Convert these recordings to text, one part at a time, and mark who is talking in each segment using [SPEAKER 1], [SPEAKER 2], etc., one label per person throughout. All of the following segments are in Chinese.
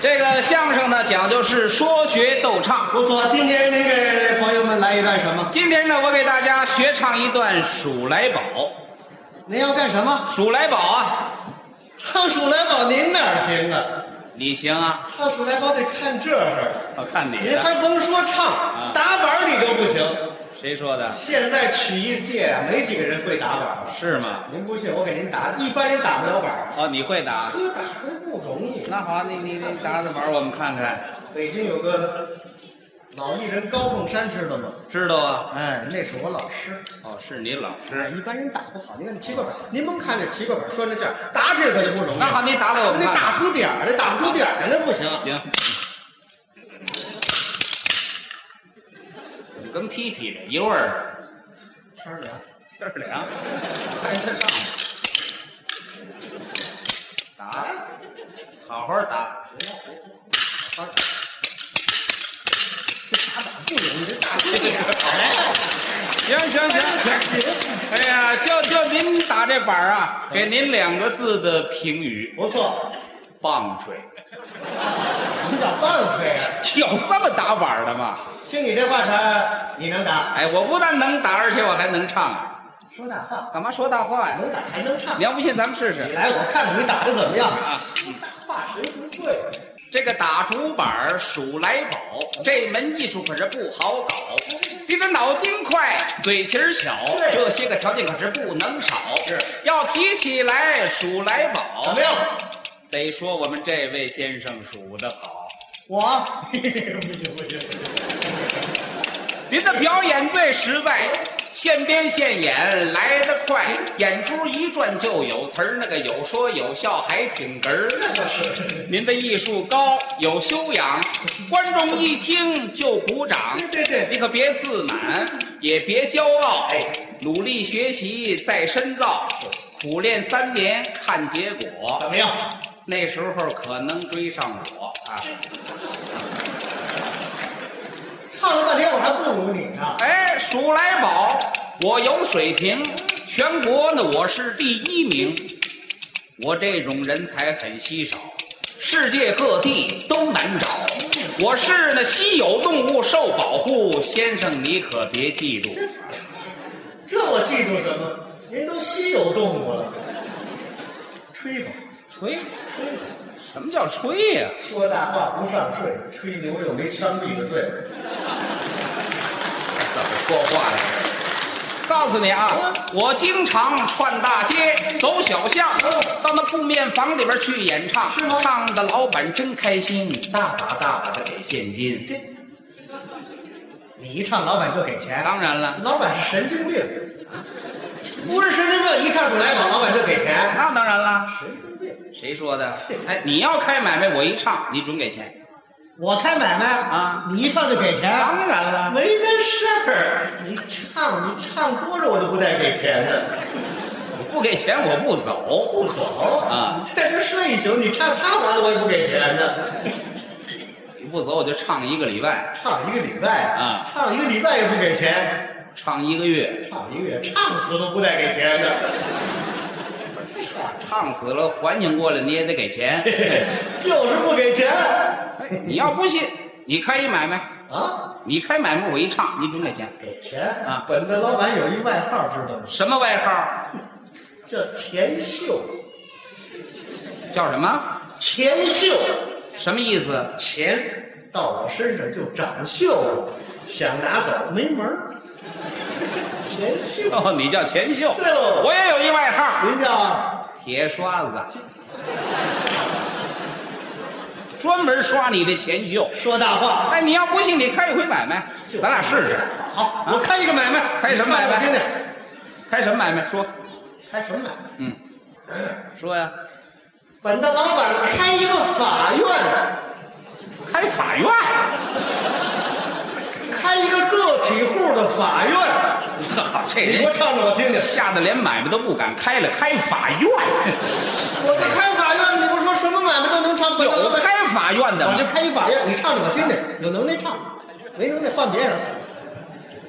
[SPEAKER 1] 这个相声呢，讲究是说学逗唱。
[SPEAKER 2] 不错，今天您给朋友们来一段什么？
[SPEAKER 1] 今天呢，我给大家学唱一段《数来宝》。
[SPEAKER 2] 您要干什么？
[SPEAKER 1] 《数来宝》啊，
[SPEAKER 2] 唱《数来宝》您哪儿行啊？
[SPEAKER 1] 你行啊？
[SPEAKER 2] 唱《数来宝》得看这儿，
[SPEAKER 1] 我看你
[SPEAKER 2] 您
[SPEAKER 1] 的。
[SPEAKER 2] 还甭说
[SPEAKER 1] 啊
[SPEAKER 2] 唱，打板儿你就不行。
[SPEAKER 1] 谁说的？
[SPEAKER 2] 现在曲艺界啊，没几个人会打板儿了。
[SPEAKER 1] 是吗？
[SPEAKER 2] 您不信，我给您打，一般人打不了板儿，
[SPEAKER 1] 哦，你会打？
[SPEAKER 2] 可打出来不容易。
[SPEAKER 1] 那好，你你你打打板，我们看看。
[SPEAKER 2] 北京有个老艺人高凤山，知道吗？
[SPEAKER 1] 知道啊？
[SPEAKER 2] 哎，那是我老师。
[SPEAKER 1] 哦，是你老师。
[SPEAKER 2] 哎，一般人打不好。您看奇怪板，您甭看这奇怪板拴着线儿，打起来可就不容易。
[SPEAKER 1] 那好，，你打打我
[SPEAKER 2] 那
[SPEAKER 1] 们
[SPEAKER 2] 得
[SPEAKER 1] 看
[SPEAKER 2] 打
[SPEAKER 1] 看。
[SPEAKER 2] 出点儿来，打不出点儿来那不行。
[SPEAKER 1] 行。怎么跟屁屁的一味儿？
[SPEAKER 2] 天儿凉，
[SPEAKER 1] 这俩，还得啊哎上。打，好好打。
[SPEAKER 2] 这打板不容易，这打出点儿
[SPEAKER 1] 行行行
[SPEAKER 2] 来。
[SPEAKER 1] 行。
[SPEAKER 2] 行，
[SPEAKER 1] 哎呀，就就您打这板儿啊，给您两个字的评语：
[SPEAKER 2] 不错。
[SPEAKER 1] 棒槌。
[SPEAKER 2] 什么叫棒槌啊？
[SPEAKER 1] 有这么打板儿的吗？
[SPEAKER 2] 听你这话茬，你能打？
[SPEAKER 1] 哎，我不但能打，而且我还能唱啊！
[SPEAKER 2] 说大话，
[SPEAKER 1] 干嘛说大话呀？
[SPEAKER 2] 能打还能唱
[SPEAKER 1] 你。要不信，咱们试
[SPEAKER 2] 你
[SPEAKER 1] 试。
[SPEAKER 2] 来，我看看你打的怎么样。说大话谁不会？啊
[SPEAKER 1] 这个打竹板儿数来宝，这门艺术可是不好搞。你的脑筋快，嘴皮儿小，
[SPEAKER 2] 对
[SPEAKER 1] 这些个条件可是不能少。
[SPEAKER 2] 是
[SPEAKER 1] 要提起来数来宝，
[SPEAKER 2] 怎么样？
[SPEAKER 1] 得说我们这位先生数得好。
[SPEAKER 2] 我 不行不行不行。
[SPEAKER 1] 您的表演最实在，现编现演来得快，眼珠一转就有词儿，那个有说有笑还挺哏儿。 您的艺术高，有修养，观众一听就鼓掌。
[SPEAKER 2] 对对对
[SPEAKER 1] 你可别自满，也别骄傲，
[SPEAKER 2] 哎
[SPEAKER 1] 努力学习再深造，苦练三年看结
[SPEAKER 2] 怎
[SPEAKER 1] 果，
[SPEAKER 2] 么样？
[SPEAKER 1] 那时候可能追上我啊！
[SPEAKER 2] 唱了半天我还不如你呢。
[SPEAKER 1] 哎，数来宝，我有水平，全国呢我是第一名，我这种人才很稀少，世界各地都难找。我是那稀有动物，受保护，先生你可别嫉妒。
[SPEAKER 2] 这我记住什么？您都稀有动物了。吹吧，
[SPEAKER 1] 吹，
[SPEAKER 2] 吹吧。
[SPEAKER 1] 什么叫吹呀、
[SPEAKER 2] 说大话不上税，吹牛又没枪毙的罪。
[SPEAKER 1] 怎么说话呀？告诉你啊，我经常串大街，走小巷，到那布面房里边去演唱，
[SPEAKER 2] 是吗
[SPEAKER 1] 唱的老板真开心，大把大把的给现金。
[SPEAKER 2] 这，你一唱，老板就给钱。
[SPEAKER 1] 当然了，
[SPEAKER 2] 老板是神经病，不是神经病，一唱数来宝，老板就给钱。
[SPEAKER 1] 那当然了，
[SPEAKER 2] 神经病！
[SPEAKER 1] 谁说的？哎，你要开买卖，我一唱，你准给钱。
[SPEAKER 2] 我开买卖
[SPEAKER 1] 啊
[SPEAKER 2] 你一唱就给钱，
[SPEAKER 1] 当然了，
[SPEAKER 2] 没那事儿。你唱，你唱多少我就不带给钱的。
[SPEAKER 1] 不给钱我不走。
[SPEAKER 2] 不走
[SPEAKER 1] 啊
[SPEAKER 2] 你在这睡一宿，你唱唱完了我也不给钱的。
[SPEAKER 1] 不走我就唱一个礼拜，
[SPEAKER 2] 唱一个礼拜
[SPEAKER 1] 啊
[SPEAKER 2] 唱一个礼拜也不给钱，
[SPEAKER 1] 唱一个月，
[SPEAKER 2] 唱一个月唱死都不带给钱的。
[SPEAKER 1] 唱死了反醒过来你也得给钱。
[SPEAKER 2] 嘿嘿就是不给钱
[SPEAKER 1] 哎，你要不信，你开一买卖，
[SPEAKER 2] 啊！
[SPEAKER 1] 你开买卖我一唱，你准给钱。
[SPEAKER 2] 给钱
[SPEAKER 1] 啊
[SPEAKER 2] 本子老板有一外号，知道吗？
[SPEAKER 1] 什么外号？
[SPEAKER 2] 叫钱秀，
[SPEAKER 1] 叫什么？
[SPEAKER 2] 钱秀，
[SPEAKER 1] 什么意思？
[SPEAKER 2] 钱到我身上就长锈了，想拿走没门儿。钱秀，
[SPEAKER 1] 哦，你叫钱秀。
[SPEAKER 2] 对喽
[SPEAKER 1] 我也有一外号，
[SPEAKER 2] 您叫
[SPEAKER 1] 铁刷子，专门刷你的钱秀。
[SPEAKER 2] 说大话。
[SPEAKER 1] 哎，你要不信，你开一回买卖，咱俩试试。
[SPEAKER 2] 好，我开一个买卖，
[SPEAKER 1] 开什么买卖
[SPEAKER 2] 你唱给我听听，
[SPEAKER 1] 开什么买卖？说，
[SPEAKER 2] 开什么买卖？
[SPEAKER 1] 嗯，说呀，
[SPEAKER 2] 本大老板开一个法院，
[SPEAKER 1] 开法院。
[SPEAKER 2] 开一个个体户的法院。
[SPEAKER 1] 好，这
[SPEAKER 2] 你给我
[SPEAKER 1] 人
[SPEAKER 2] 唱唱我听听。
[SPEAKER 1] 吓得连买卖都不敢开了，开法 院。
[SPEAKER 2] 我就开法院，你不说什么买卖都能唱，本大老
[SPEAKER 1] 有
[SPEAKER 2] 板
[SPEAKER 1] 开法院的
[SPEAKER 2] 我
[SPEAKER 1] 吗
[SPEAKER 2] 就？开一法院，你唱唱我听听。有能耐唱，没能耐换别人。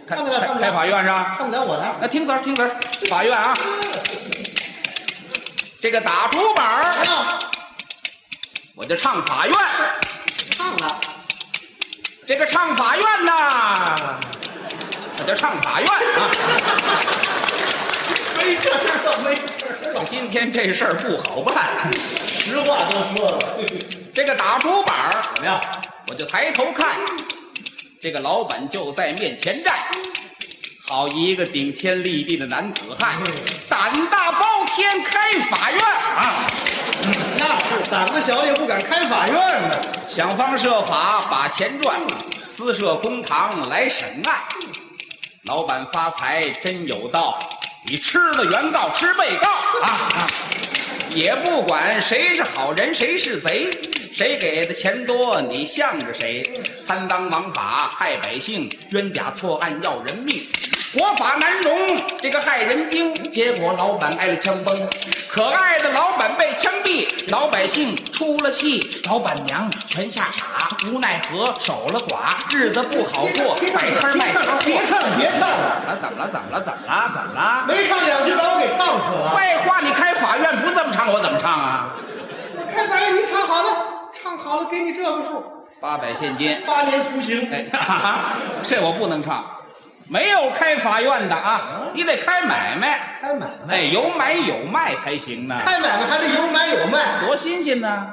[SPEAKER 1] 开
[SPEAKER 2] 唱得了唱得了
[SPEAKER 1] 开法院上。
[SPEAKER 2] 唱不了我来。
[SPEAKER 1] 那听词儿，听词儿，法院啊，
[SPEAKER 2] 哎
[SPEAKER 1] 这个打竹板儿，
[SPEAKER 2] 啊，
[SPEAKER 1] 我就唱法院。
[SPEAKER 2] 唱了，
[SPEAKER 1] 这个唱法院呐，我就唱法院啊。
[SPEAKER 2] 没词儿了，没词儿了。
[SPEAKER 1] 今天这事儿不好办，
[SPEAKER 2] 实话都说了，
[SPEAKER 1] 这个打竹板儿，
[SPEAKER 2] 怎么样？
[SPEAKER 1] 我就抬头看，这个老板就在面前站，好一个顶天立地的男子汉，胆大包天开法院啊！
[SPEAKER 2] 那是胆子小也不敢开法院呢。
[SPEAKER 1] 想方设法把钱赚，私设公堂来审案。老板发财真有道，你吃了原告吃被告啊！也不管谁是好人谁是贼，谁给的钱多你向着谁，贪赃枉法害百姓，冤假错案要人命。国法难容，这个害人精，结果老板挨了枪崩，可爱的老板被枪毙，老百姓出了气，老板娘全吓傻，无奈何守了寡，日子不好过，
[SPEAKER 2] 别唱
[SPEAKER 1] 摆摊
[SPEAKER 2] 了，
[SPEAKER 1] 儿
[SPEAKER 2] 别
[SPEAKER 1] 卖干货。
[SPEAKER 2] 唱了，别唱了，别唱了，
[SPEAKER 1] 啊，怎么了？怎么了？怎么了？怎么了？
[SPEAKER 2] 没唱两句把我给唱死了。
[SPEAKER 1] 废话，你开法院不这么唱，我怎么唱啊？
[SPEAKER 2] 我开法院，您唱好了，唱好了，给你这个数，
[SPEAKER 1] 八百现金。
[SPEAKER 2] 八年徒刑。
[SPEAKER 1] 哎，哈哈，这我不能唱，没有开法院的啊，你得开买卖，
[SPEAKER 2] 开买卖，
[SPEAKER 1] 哎，有买有卖才行呢，
[SPEAKER 2] 开买卖还得有买有卖。
[SPEAKER 1] 多新鲜呢！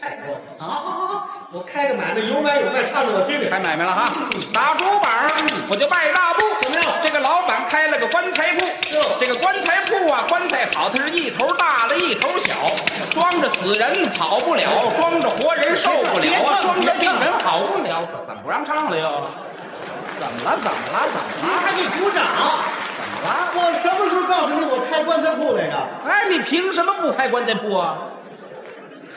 [SPEAKER 2] 太多了啊！好好好，我开个买卖，有买有卖，唱着我听听。
[SPEAKER 1] 开买卖了哈，打竹板儿我就迈大步。
[SPEAKER 2] 怎么样哦
[SPEAKER 1] 这个老板开了个棺材铺
[SPEAKER 2] 哟，
[SPEAKER 1] 这个棺材铺啊，棺材好，它是一头大的一头小，装着死人跑不了，装着活人受不了啊，
[SPEAKER 2] 别唱别唱
[SPEAKER 1] 装着病人好不了，怎怎么不让唱了又？怎么了？怎么了？怎
[SPEAKER 2] 您
[SPEAKER 1] 么了？
[SPEAKER 2] 还给鼓掌？
[SPEAKER 1] 怎么了？
[SPEAKER 2] 我什么时候告诉你我开棺材铺来着？
[SPEAKER 1] 哎，你凭什么不开棺材铺啊？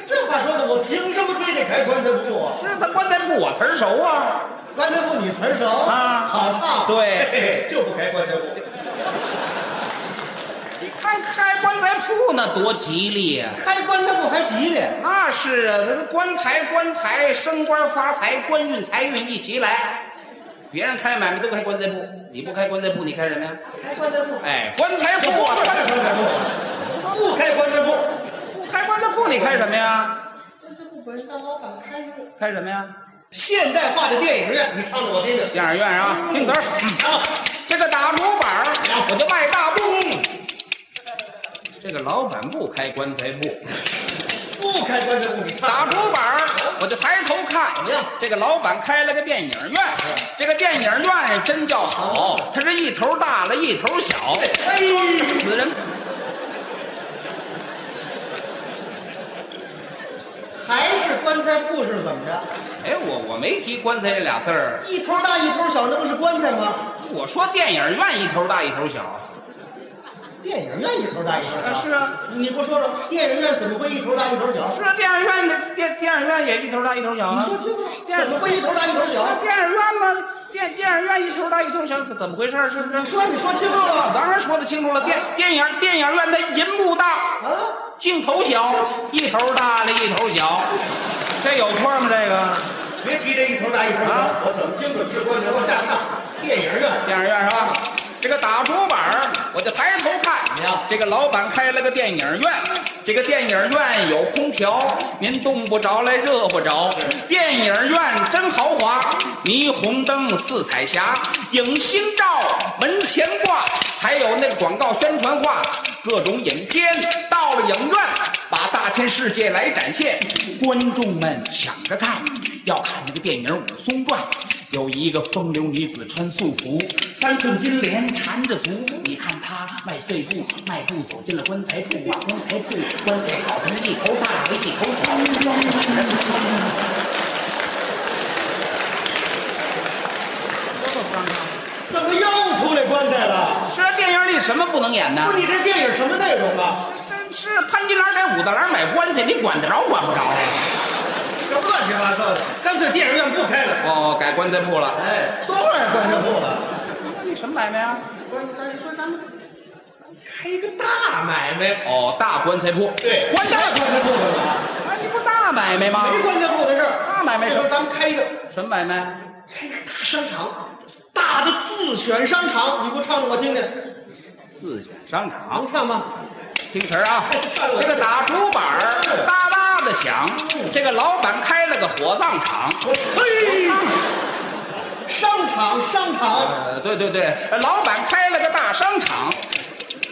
[SPEAKER 2] 这话说的，我凭什么非得开棺材铺啊？
[SPEAKER 1] 是他棺材铺我词儿熟啊，
[SPEAKER 2] 棺材铺你词儿熟
[SPEAKER 1] 啊
[SPEAKER 2] 好唱。
[SPEAKER 1] 对
[SPEAKER 2] 嘿嘿就不开棺材铺。
[SPEAKER 1] 你看开棺材铺那多吉利啊呀、
[SPEAKER 2] 开棺材铺还吉利，
[SPEAKER 1] 那是啊，那个棺材棺材升官发财，官运财运一起来。别人开买卖都开棺材铺，你不开棺材铺，你开什么呀？
[SPEAKER 2] 开棺材铺。
[SPEAKER 1] 哎，棺材铺
[SPEAKER 2] 不
[SPEAKER 1] 啊，
[SPEAKER 2] 开棺材铺，不开棺材铺。
[SPEAKER 1] 不开棺材铺你开什么呀？
[SPEAKER 2] 棺材铺本人当老板开着
[SPEAKER 1] 开什么呀？
[SPEAKER 2] 现代化的电影院，你唱给我听听。
[SPEAKER 1] 电影院啊，听词儿。嗯
[SPEAKER 2] 啊，
[SPEAKER 1] 这个打竹板儿，我就迈大步。嗯这个老板不开棺材铺。
[SPEAKER 2] 不开棺材铺，你唱
[SPEAKER 1] 打竹板儿，我就抬头哎看
[SPEAKER 2] 怎么样。
[SPEAKER 1] 这个老板开了个电影院，这个电影院真叫好，它是一头大了一头小，
[SPEAKER 2] 哎呦，
[SPEAKER 1] 死人
[SPEAKER 2] 还是棺材铺是怎么着？
[SPEAKER 1] 哎，我我没提棺材这俩字儿，
[SPEAKER 2] 一头大一头小，那不是棺材吗？
[SPEAKER 1] 我说电影院一头大一头小。
[SPEAKER 2] 电影院一头大一头小。
[SPEAKER 1] 啊是啊，
[SPEAKER 2] 你给我说说，电影院怎么会一头大一头小？
[SPEAKER 1] 是啊，电影院的电电影院也一头大一头小啊。
[SPEAKER 2] 你说听听，怎么会一头大一头小？
[SPEAKER 1] 电影院嘛，电电影院一头大一头小，怎么回事儿？是不
[SPEAKER 2] 你
[SPEAKER 1] 是？
[SPEAKER 2] 说你说清楚了
[SPEAKER 1] 我
[SPEAKER 2] 吗？
[SPEAKER 1] 当然说得清楚了，电电影电影院它银幕大，
[SPEAKER 2] 啊，
[SPEAKER 1] 镜头小，一头大了一头小，这有错吗？这个
[SPEAKER 2] 别提这一头大一头小，
[SPEAKER 1] 啊
[SPEAKER 2] 我怎么听怎么是棺材，我瞎唱。电影院
[SPEAKER 1] 电影院是吧？这个打竹板儿，我就抬头看
[SPEAKER 2] 怎么样。
[SPEAKER 1] 这个老板开了个电影院，这个电影院有空调，您冻不着来热不着。电影院真豪华，霓虹灯四彩霞，影星照门前挂，还有那个广告宣传画，各种影片到了影院，把大千世界来展现，观众们抢着看，要看那个电影《武松传》。有一个风流女子穿素服，三寸金莲缠着足。你看她迈碎步，迈步走进了棺材铺啊，棺材铺，棺材好像一头大雷一头小。
[SPEAKER 2] 怎么又出来棺材了？
[SPEAKER 1] 是啊，电影里什么不能演呢
[SPEAKER 2] 不？是你这电影什么内容啊？
[SPEAKER 1] 真是潘金莲给武大郎买棺材，你管得着管不着呀？
[SPEAKER 2] 什么乱七八糟的？干脆电影院不开了。
[SPEAKER 1] 哦，改棺材铺了。
[SPEAKER 2] 哎，多少棺材铺了？
[SPEAKER 1] 那你什么买卖啊？
[SPEAKER 2] 棺材咱说咱们咱们开一个大买卖。
[SPEAKER 1] 哦，大棺材铺。
[SPEAKER 2] 对，
[SPEAKER 1] 棺材
[SPEAKER 2] 大棺材铺了，
[SPEAKER 1] 啊，你不是大买卖吗？
[SPEAKER 2] 没棺材铺的事儿。
[SPEAKER 1] 啊大买卖
[SPEAKER 2] 这
[SPEAKER 1] 什
[SPEAKER 2] 回
[SPEAKER 1] 么
[SPEAKER 2] 咱们开一个
[SPEAKER 1] 什么买卖？
[SPEAKER 2] 开个大商场，大的自选商场，你给我唱唱我听听。
[SPEAKER 1] 四选商
[SPEAKER 2] 能
[SPEAKER 1] 场，
[SPEAKER 2] 唱吗？
[SPEAKER 1] 听词儿啊，
[SPEAKER 2] 唱了
[SPEAKER 1] 这个打竹板儿哒哒的响，这个老板开了个火葬场。
[SPEAKER 2] 嘿，商场商场，
[SPEAKER 1] 呃，对对对，老板开了个大商场，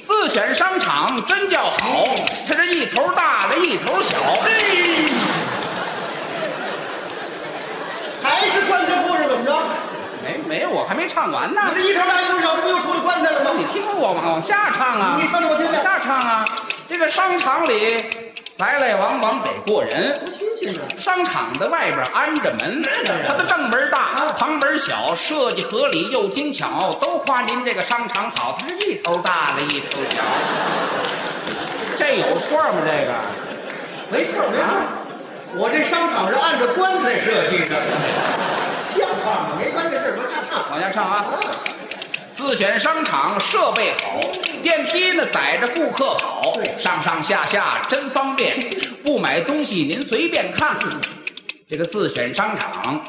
[SPEAKER 1] 自选商场真叫好，它是一头大的，一头小。
[SPEAKER 2] 嘿，还是棺材故事怎么着？
[SPEAKER 1] 没没，我还没唱完呢。
[SPEAKER 2] 你这一头大一头小，这不又出了棺材了
[SPEAKER 1] 你
[SPEAKER 2] 吗？
[SPEAKER 1] 听我往往下唱啊！
[SPEAKER 2] 你唱着我听听
[SPEAKER 1] 往下唱啊！这个商场里来来往往得过人，
[SPEAKER 2] 不新鲜了。
[SPEAKER 1] 商场的外边安着门，
[SPEAKER 2] 那当然
[SPEAKER 1] 它的正门大
[SPEAKER 2] 啊，
[SPEAKER 1] 旁门小，设计合理又精巧，都夸您这个商场好，它是一头大了一头小。这有错吗？这个
[SPEAKER 2] 没错没错，
[SPEAKER 1] 啊
[SPEAKER 2] 我这商场是按照棺材设计的，像话吗？没关系事儿往下唱
[SPEAKER 1] 往下唱啊！
[SPEAKER 2] 啊！
[SPEAKER 1] 自选商场设备好，电梯呢载着顾客跑，
[SPEAKER 2] 对
[SPEAKER 1] 上上下下真方便。不买东西您随便看，这个自选商场，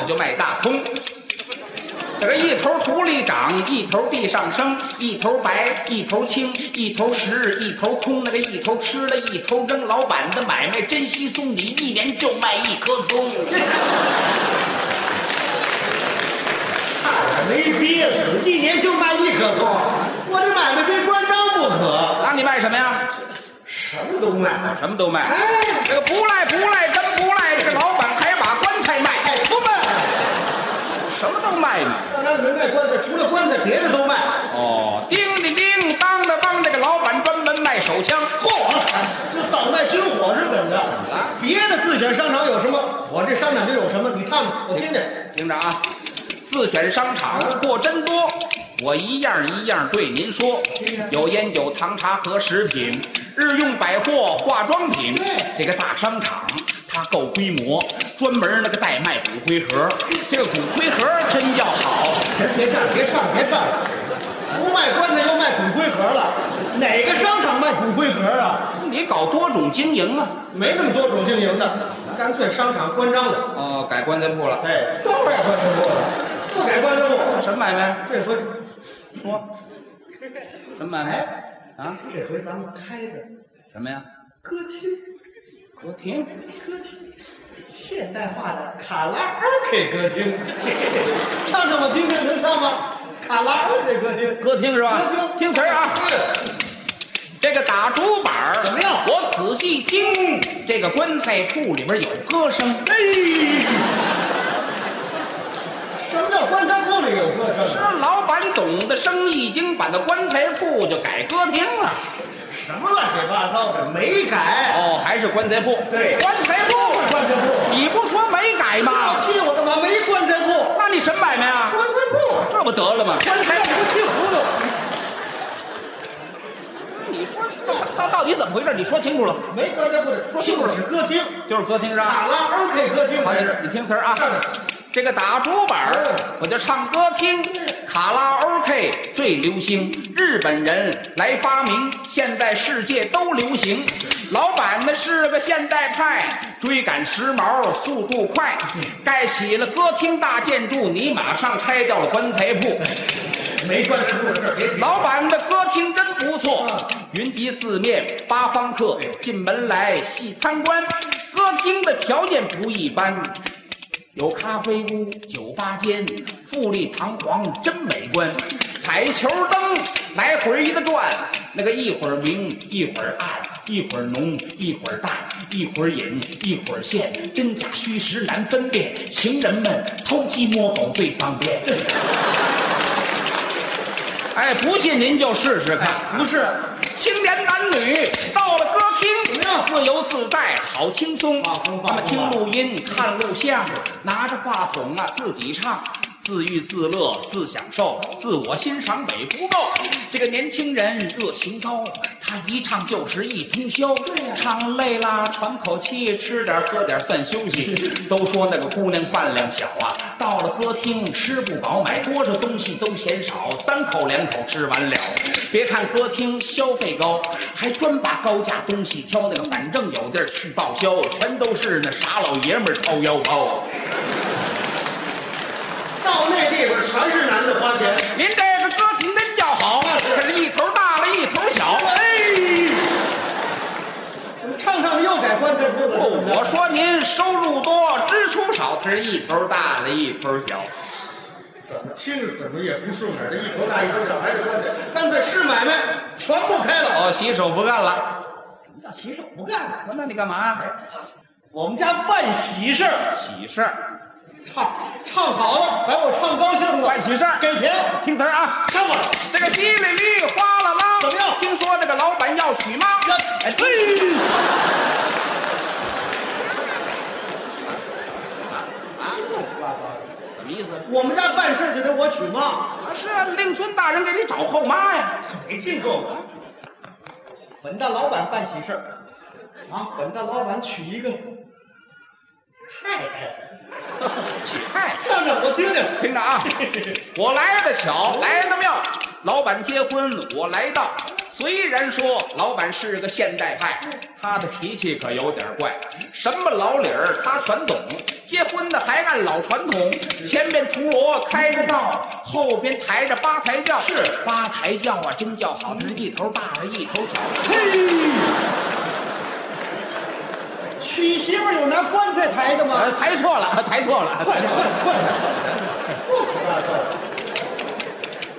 [SPEAKER 1] 我就卖大葱。这个一头土里长，一头地上生，一头白，一头青，一头实，一头空，那个一头吃了，一头扔。老板的买卖真稀松，你一年就卖一棵葱。
[SPEAKER 2] 哎差点没憋死，一年就卖一棵葱，我这买卖非关张不可，
[SPEAKER 1] 那你卖什么呀？
[SPEAKER 2] 什么都卖。
[SPEAKER 1] 什么都卖。
[SPEAKER 2] 哎，
[SPEAKER 1] 这个不赖不赖，真不赖。这个老板还把棺材卖，
[SPEAKER 2] 哎，不卖，
[SPEAKER 1] 什么都卖嘛。
[SPEAKER 2] 当然没卖棺材，除了棺材别的都卖。
[SPEAKER 1] 哦，叮叮叮当的当，这个老板专门卖手枪。嚯，
[SPEAKER 2] 那倒卖军火是怎么着？别的自选商场有什么，我这商场就有什么。你唱唱，我听听。
[SPEAKER 1] 听着啊，自选商场货真多，我一样一样对您说，有烟酒糖茶和食品，日用百货化妆品。这个大商场它够规模，专门那个代卖骨灰盒，这个骨灰盒真叫好。
[SPEAKER 2] 别唱，别唱，别唱！不卖棺材又卖骨灰盒了，哪个商场卖骨灰盒啊？
[SPEAKER 1] 你搞多种经营啊。
[SPEAKER 2] 没那么多种经营的，干脆商场关张了。
[SPEAKER 1] 哦，改棺材铺了。
[SPEAKER 2] 哎，都卖棺材铺了，不改棺材铺。
[SPEAKER 1] 什么买卖？
[SPEAKER 2] 这回，
[SPEAKER 1] 说什么买卖
[SPEAKER 2] 哎？
[SPEAKER 1] 啊？
[SPEAKER 2] 这回咱们开着
[SPEAKER 1] 什么呀？
[SPEAKER 2] 歌厅，
[SPEAKER 1] 歌厅？
[SPEAKER 2] 歌厅，现代化的卡拉 OK 歌厅，唱唱我听听，能唱吗？卡拉 OK 歌厅，
[SPEAKER 1] 歌厅是吧
[SPEAKER 2] 歌？厅
[SPEAKER 1] 听词儿啊！这个打竹板儿
[SPEAKER 2] 怎么样
[SPEAKER 1] 我仔细听，这个棺材铺里边有歌声。
[SPEAKER 2] 哎，什么叫棺材铺里有歌
[SPEAKER 1] 是
[SPEAKER 2] 声？
[SPEAKER 1] 老板懂得生意经，把那棺材铺就改歌厅了。
[SPEAKER 2] 什么乱七八糟的？没改，
[SPEAKER 1] 哦，还是棺材铺。
[SPEAKER 2] 对
[SPEAKER 1] 棺材铺，
[SPEAKER 2] 棺材铺。
[SPEAKER 1] 你不说没改吗？
[SPEAKER 2] 气我干嘛？没棺材铺，
[SPEAKER 1] 那你什么买卖啊？
[SPEAKER 2] 棺材铺，
[SPEAKER 1] 这不得了吗？
[SPEAKER 2] 棺材不气葫芦，
[SPEAKER 1] 你说那到底怎么回事？你说清楚了，
[SPEAKER 2] 没棺材铺的，
[SPEAKER 1] 说
[SPEAKER 2] 说
[SPEAKER 1] 清楚
[SPEAKER 2] 就是歌厅，
[SPEAKER 1] 就是歌厅是吧？
[SPEAKER 2] 卡拉 OK 歌厅
[SPEAKER 1] 好
[SPEAKER 2] 还
[SPEAKER 1] 这
[SPEAKER 2] 是
[SPEAKER 1] 是你听词儿啊
[SPEAKER 2] 看看，
[SPEAKER 1] 这个打竹板儿
[SPEAKER 2] 嗯，
[SPEAKER 1] 我就唱歌听，卡拉 OK 最流行，日本人来发明，现在世界都流行。老板呢是个现代派，追赶时髦，速度快，盖起了歌厅大建筑，你马上拆掉了棺材铺。
[SPEAKER 2] 没棺材铺的事儿，别提。
[SPEAKER 1] 老板的歌厅真不错
[SPEAKER 2] 嗯，
[SPEAKER 1] 云集四面八方客，进门来细参观。歌厅的条件不一般，有咖啡屋、酒吧间，富丽堂皇，真美观。彩球灯来回一个转，那个一会儿明，一会儿暗，一会儿浓，一会儿淡，一会儿隐，一会儿现，真假虚实难分辨。行人们偷鸡摸狗最方便。哎，不信您就试试看。
[SPEAKER 2] 哎不是，啊
[SPEAKER 1] 青年男女到了歌厅
[SPEAKER 2] 怎么，样
[SPEAKER 1] 自由自在，好轻松。
[SPEAKER 2] 放松啊
[SPEAKER 1] 他
[SPEAKER 2] 放
[SPEAKER 1] 们听
[SPEAKER 2] 松
[SPEAKER 1] 录音、看录像，拿着话筒啊自己唱，自娱自乐，自享受，自我欣赏美不够。这个年轻人热情高，他一唱就是一通宵。唱累啦，喘口气，吃点儿喝点儿算休息。 都说那个姑娘饭量小啊，到了歌厅吃不饱，买多少东西都嫌少，三口两口吃完了。别看歌厅消费高，还专把高价东西挑，那个反正有地儿去报销，全都是那傻老爷们儿掏腰包。
[SPEAKER 2] 到那地方全是男的花钱，
[SPEAKER 1] 您这个歌厅真叫好，啊可是一头大了一头小。
[SPEAKER 2] 哎，怎么唱唱的又改棺材铺了？
[SPEAKER 1] 不，哦我说您收入多，支出少，可是一头大了一头小。
[SPEAKER 2] 怎么听着怎么也不顺耳的，一头大一头小，还是棺材，干脆是买卖全部开了。
[SPEAKER 1] 哦，洗手不干了。
[SPEAKER 2] 什么叫洗手不干了？
[SPEAKER 1] 那你干嘛？
[SPEAKER 2] 我们家办喜事儿，
[SPEAKER 1] 喜事儿，
[SPEAKER 2] 唱唱好了，来我唱高兴了，
[SPEAKER 1] 办喜事儿
[SPEAKER 2] 给钱，
[SPEAKER 1] 听词儿啊。
[SPEAKER 2] 看我
[SPEAKER 1] 这个稀里哩哗啦啦，
[SPEAKER 2] 怎么样
[SPEAKER 1] 听说这个老板要娶妈，哎，
[SPEAKER 2] 啊这乱七八糟的。
[SPEAKER 1] 什么意思？
[SPEAKER 2] 我们家办事儿就得我娶妈，
[SPEAKER 1] 啊，是啊，令尊大人给你找后妈呀。
[SPEAKER 2] 没听说过。本大老板办喜事儿，啊，本大老板娶一个太太，
[SPEAKER 1] 娶太太，
[SPEAKER 2] 唱唱我听听。
[SPEAKER 1] 听着啊，我来的巧，来的妙，老板结婚我来到。虽然说老板是个现代派，他的脾气可有点怪，什么老理儿他全懂。结婚的还按老传统，前面铜锣开着道，后边抬着八抬轿。是八抬轿啊，真叫好，那是一头大的，一头小。
[SPEAKER 2] 娶媳妇儿有拿棺材抬的吗
[SPEAKER 1] 呃，？抬错了，抬错 了，
[SPEAKER 2] 快点，快点，快点！乱七八糟的。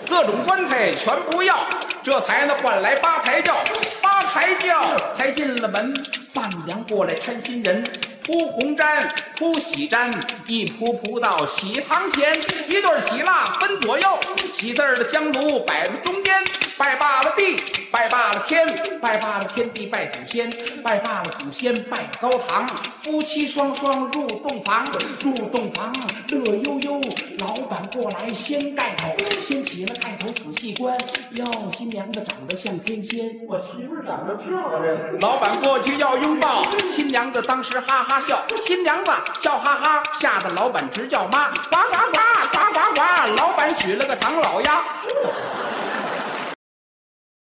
[SPEAKER 1] 各种棺材全不要，这才呢换来八抬轿。八抬轿抬进了门，伴娘过来搀新人，铺红毡，铺喜毡，一铺铺到喜堂前。一对喜蜡分左右，喜字儿的香炉摆在中间，拜罢了地，拜罢了天，拜罢了天地，拜祖先，拜罢了祖先，拜了高堂。夫妻双双入洞房，入洞房乐悠悠。老板过来掀盖头，掀起了盖头仔细观，哟，新娘子长得像天仙。
[SPEAKER 2] 我媳妇儿长得漂亮，
[SPEAKER 1] 老板过去要拥抱，新娘子当时哈哈笑，新娘子笑哈哈，吓得老板直叫妈，呱呱呱呱呱呱，老板娶了个唐老鸭。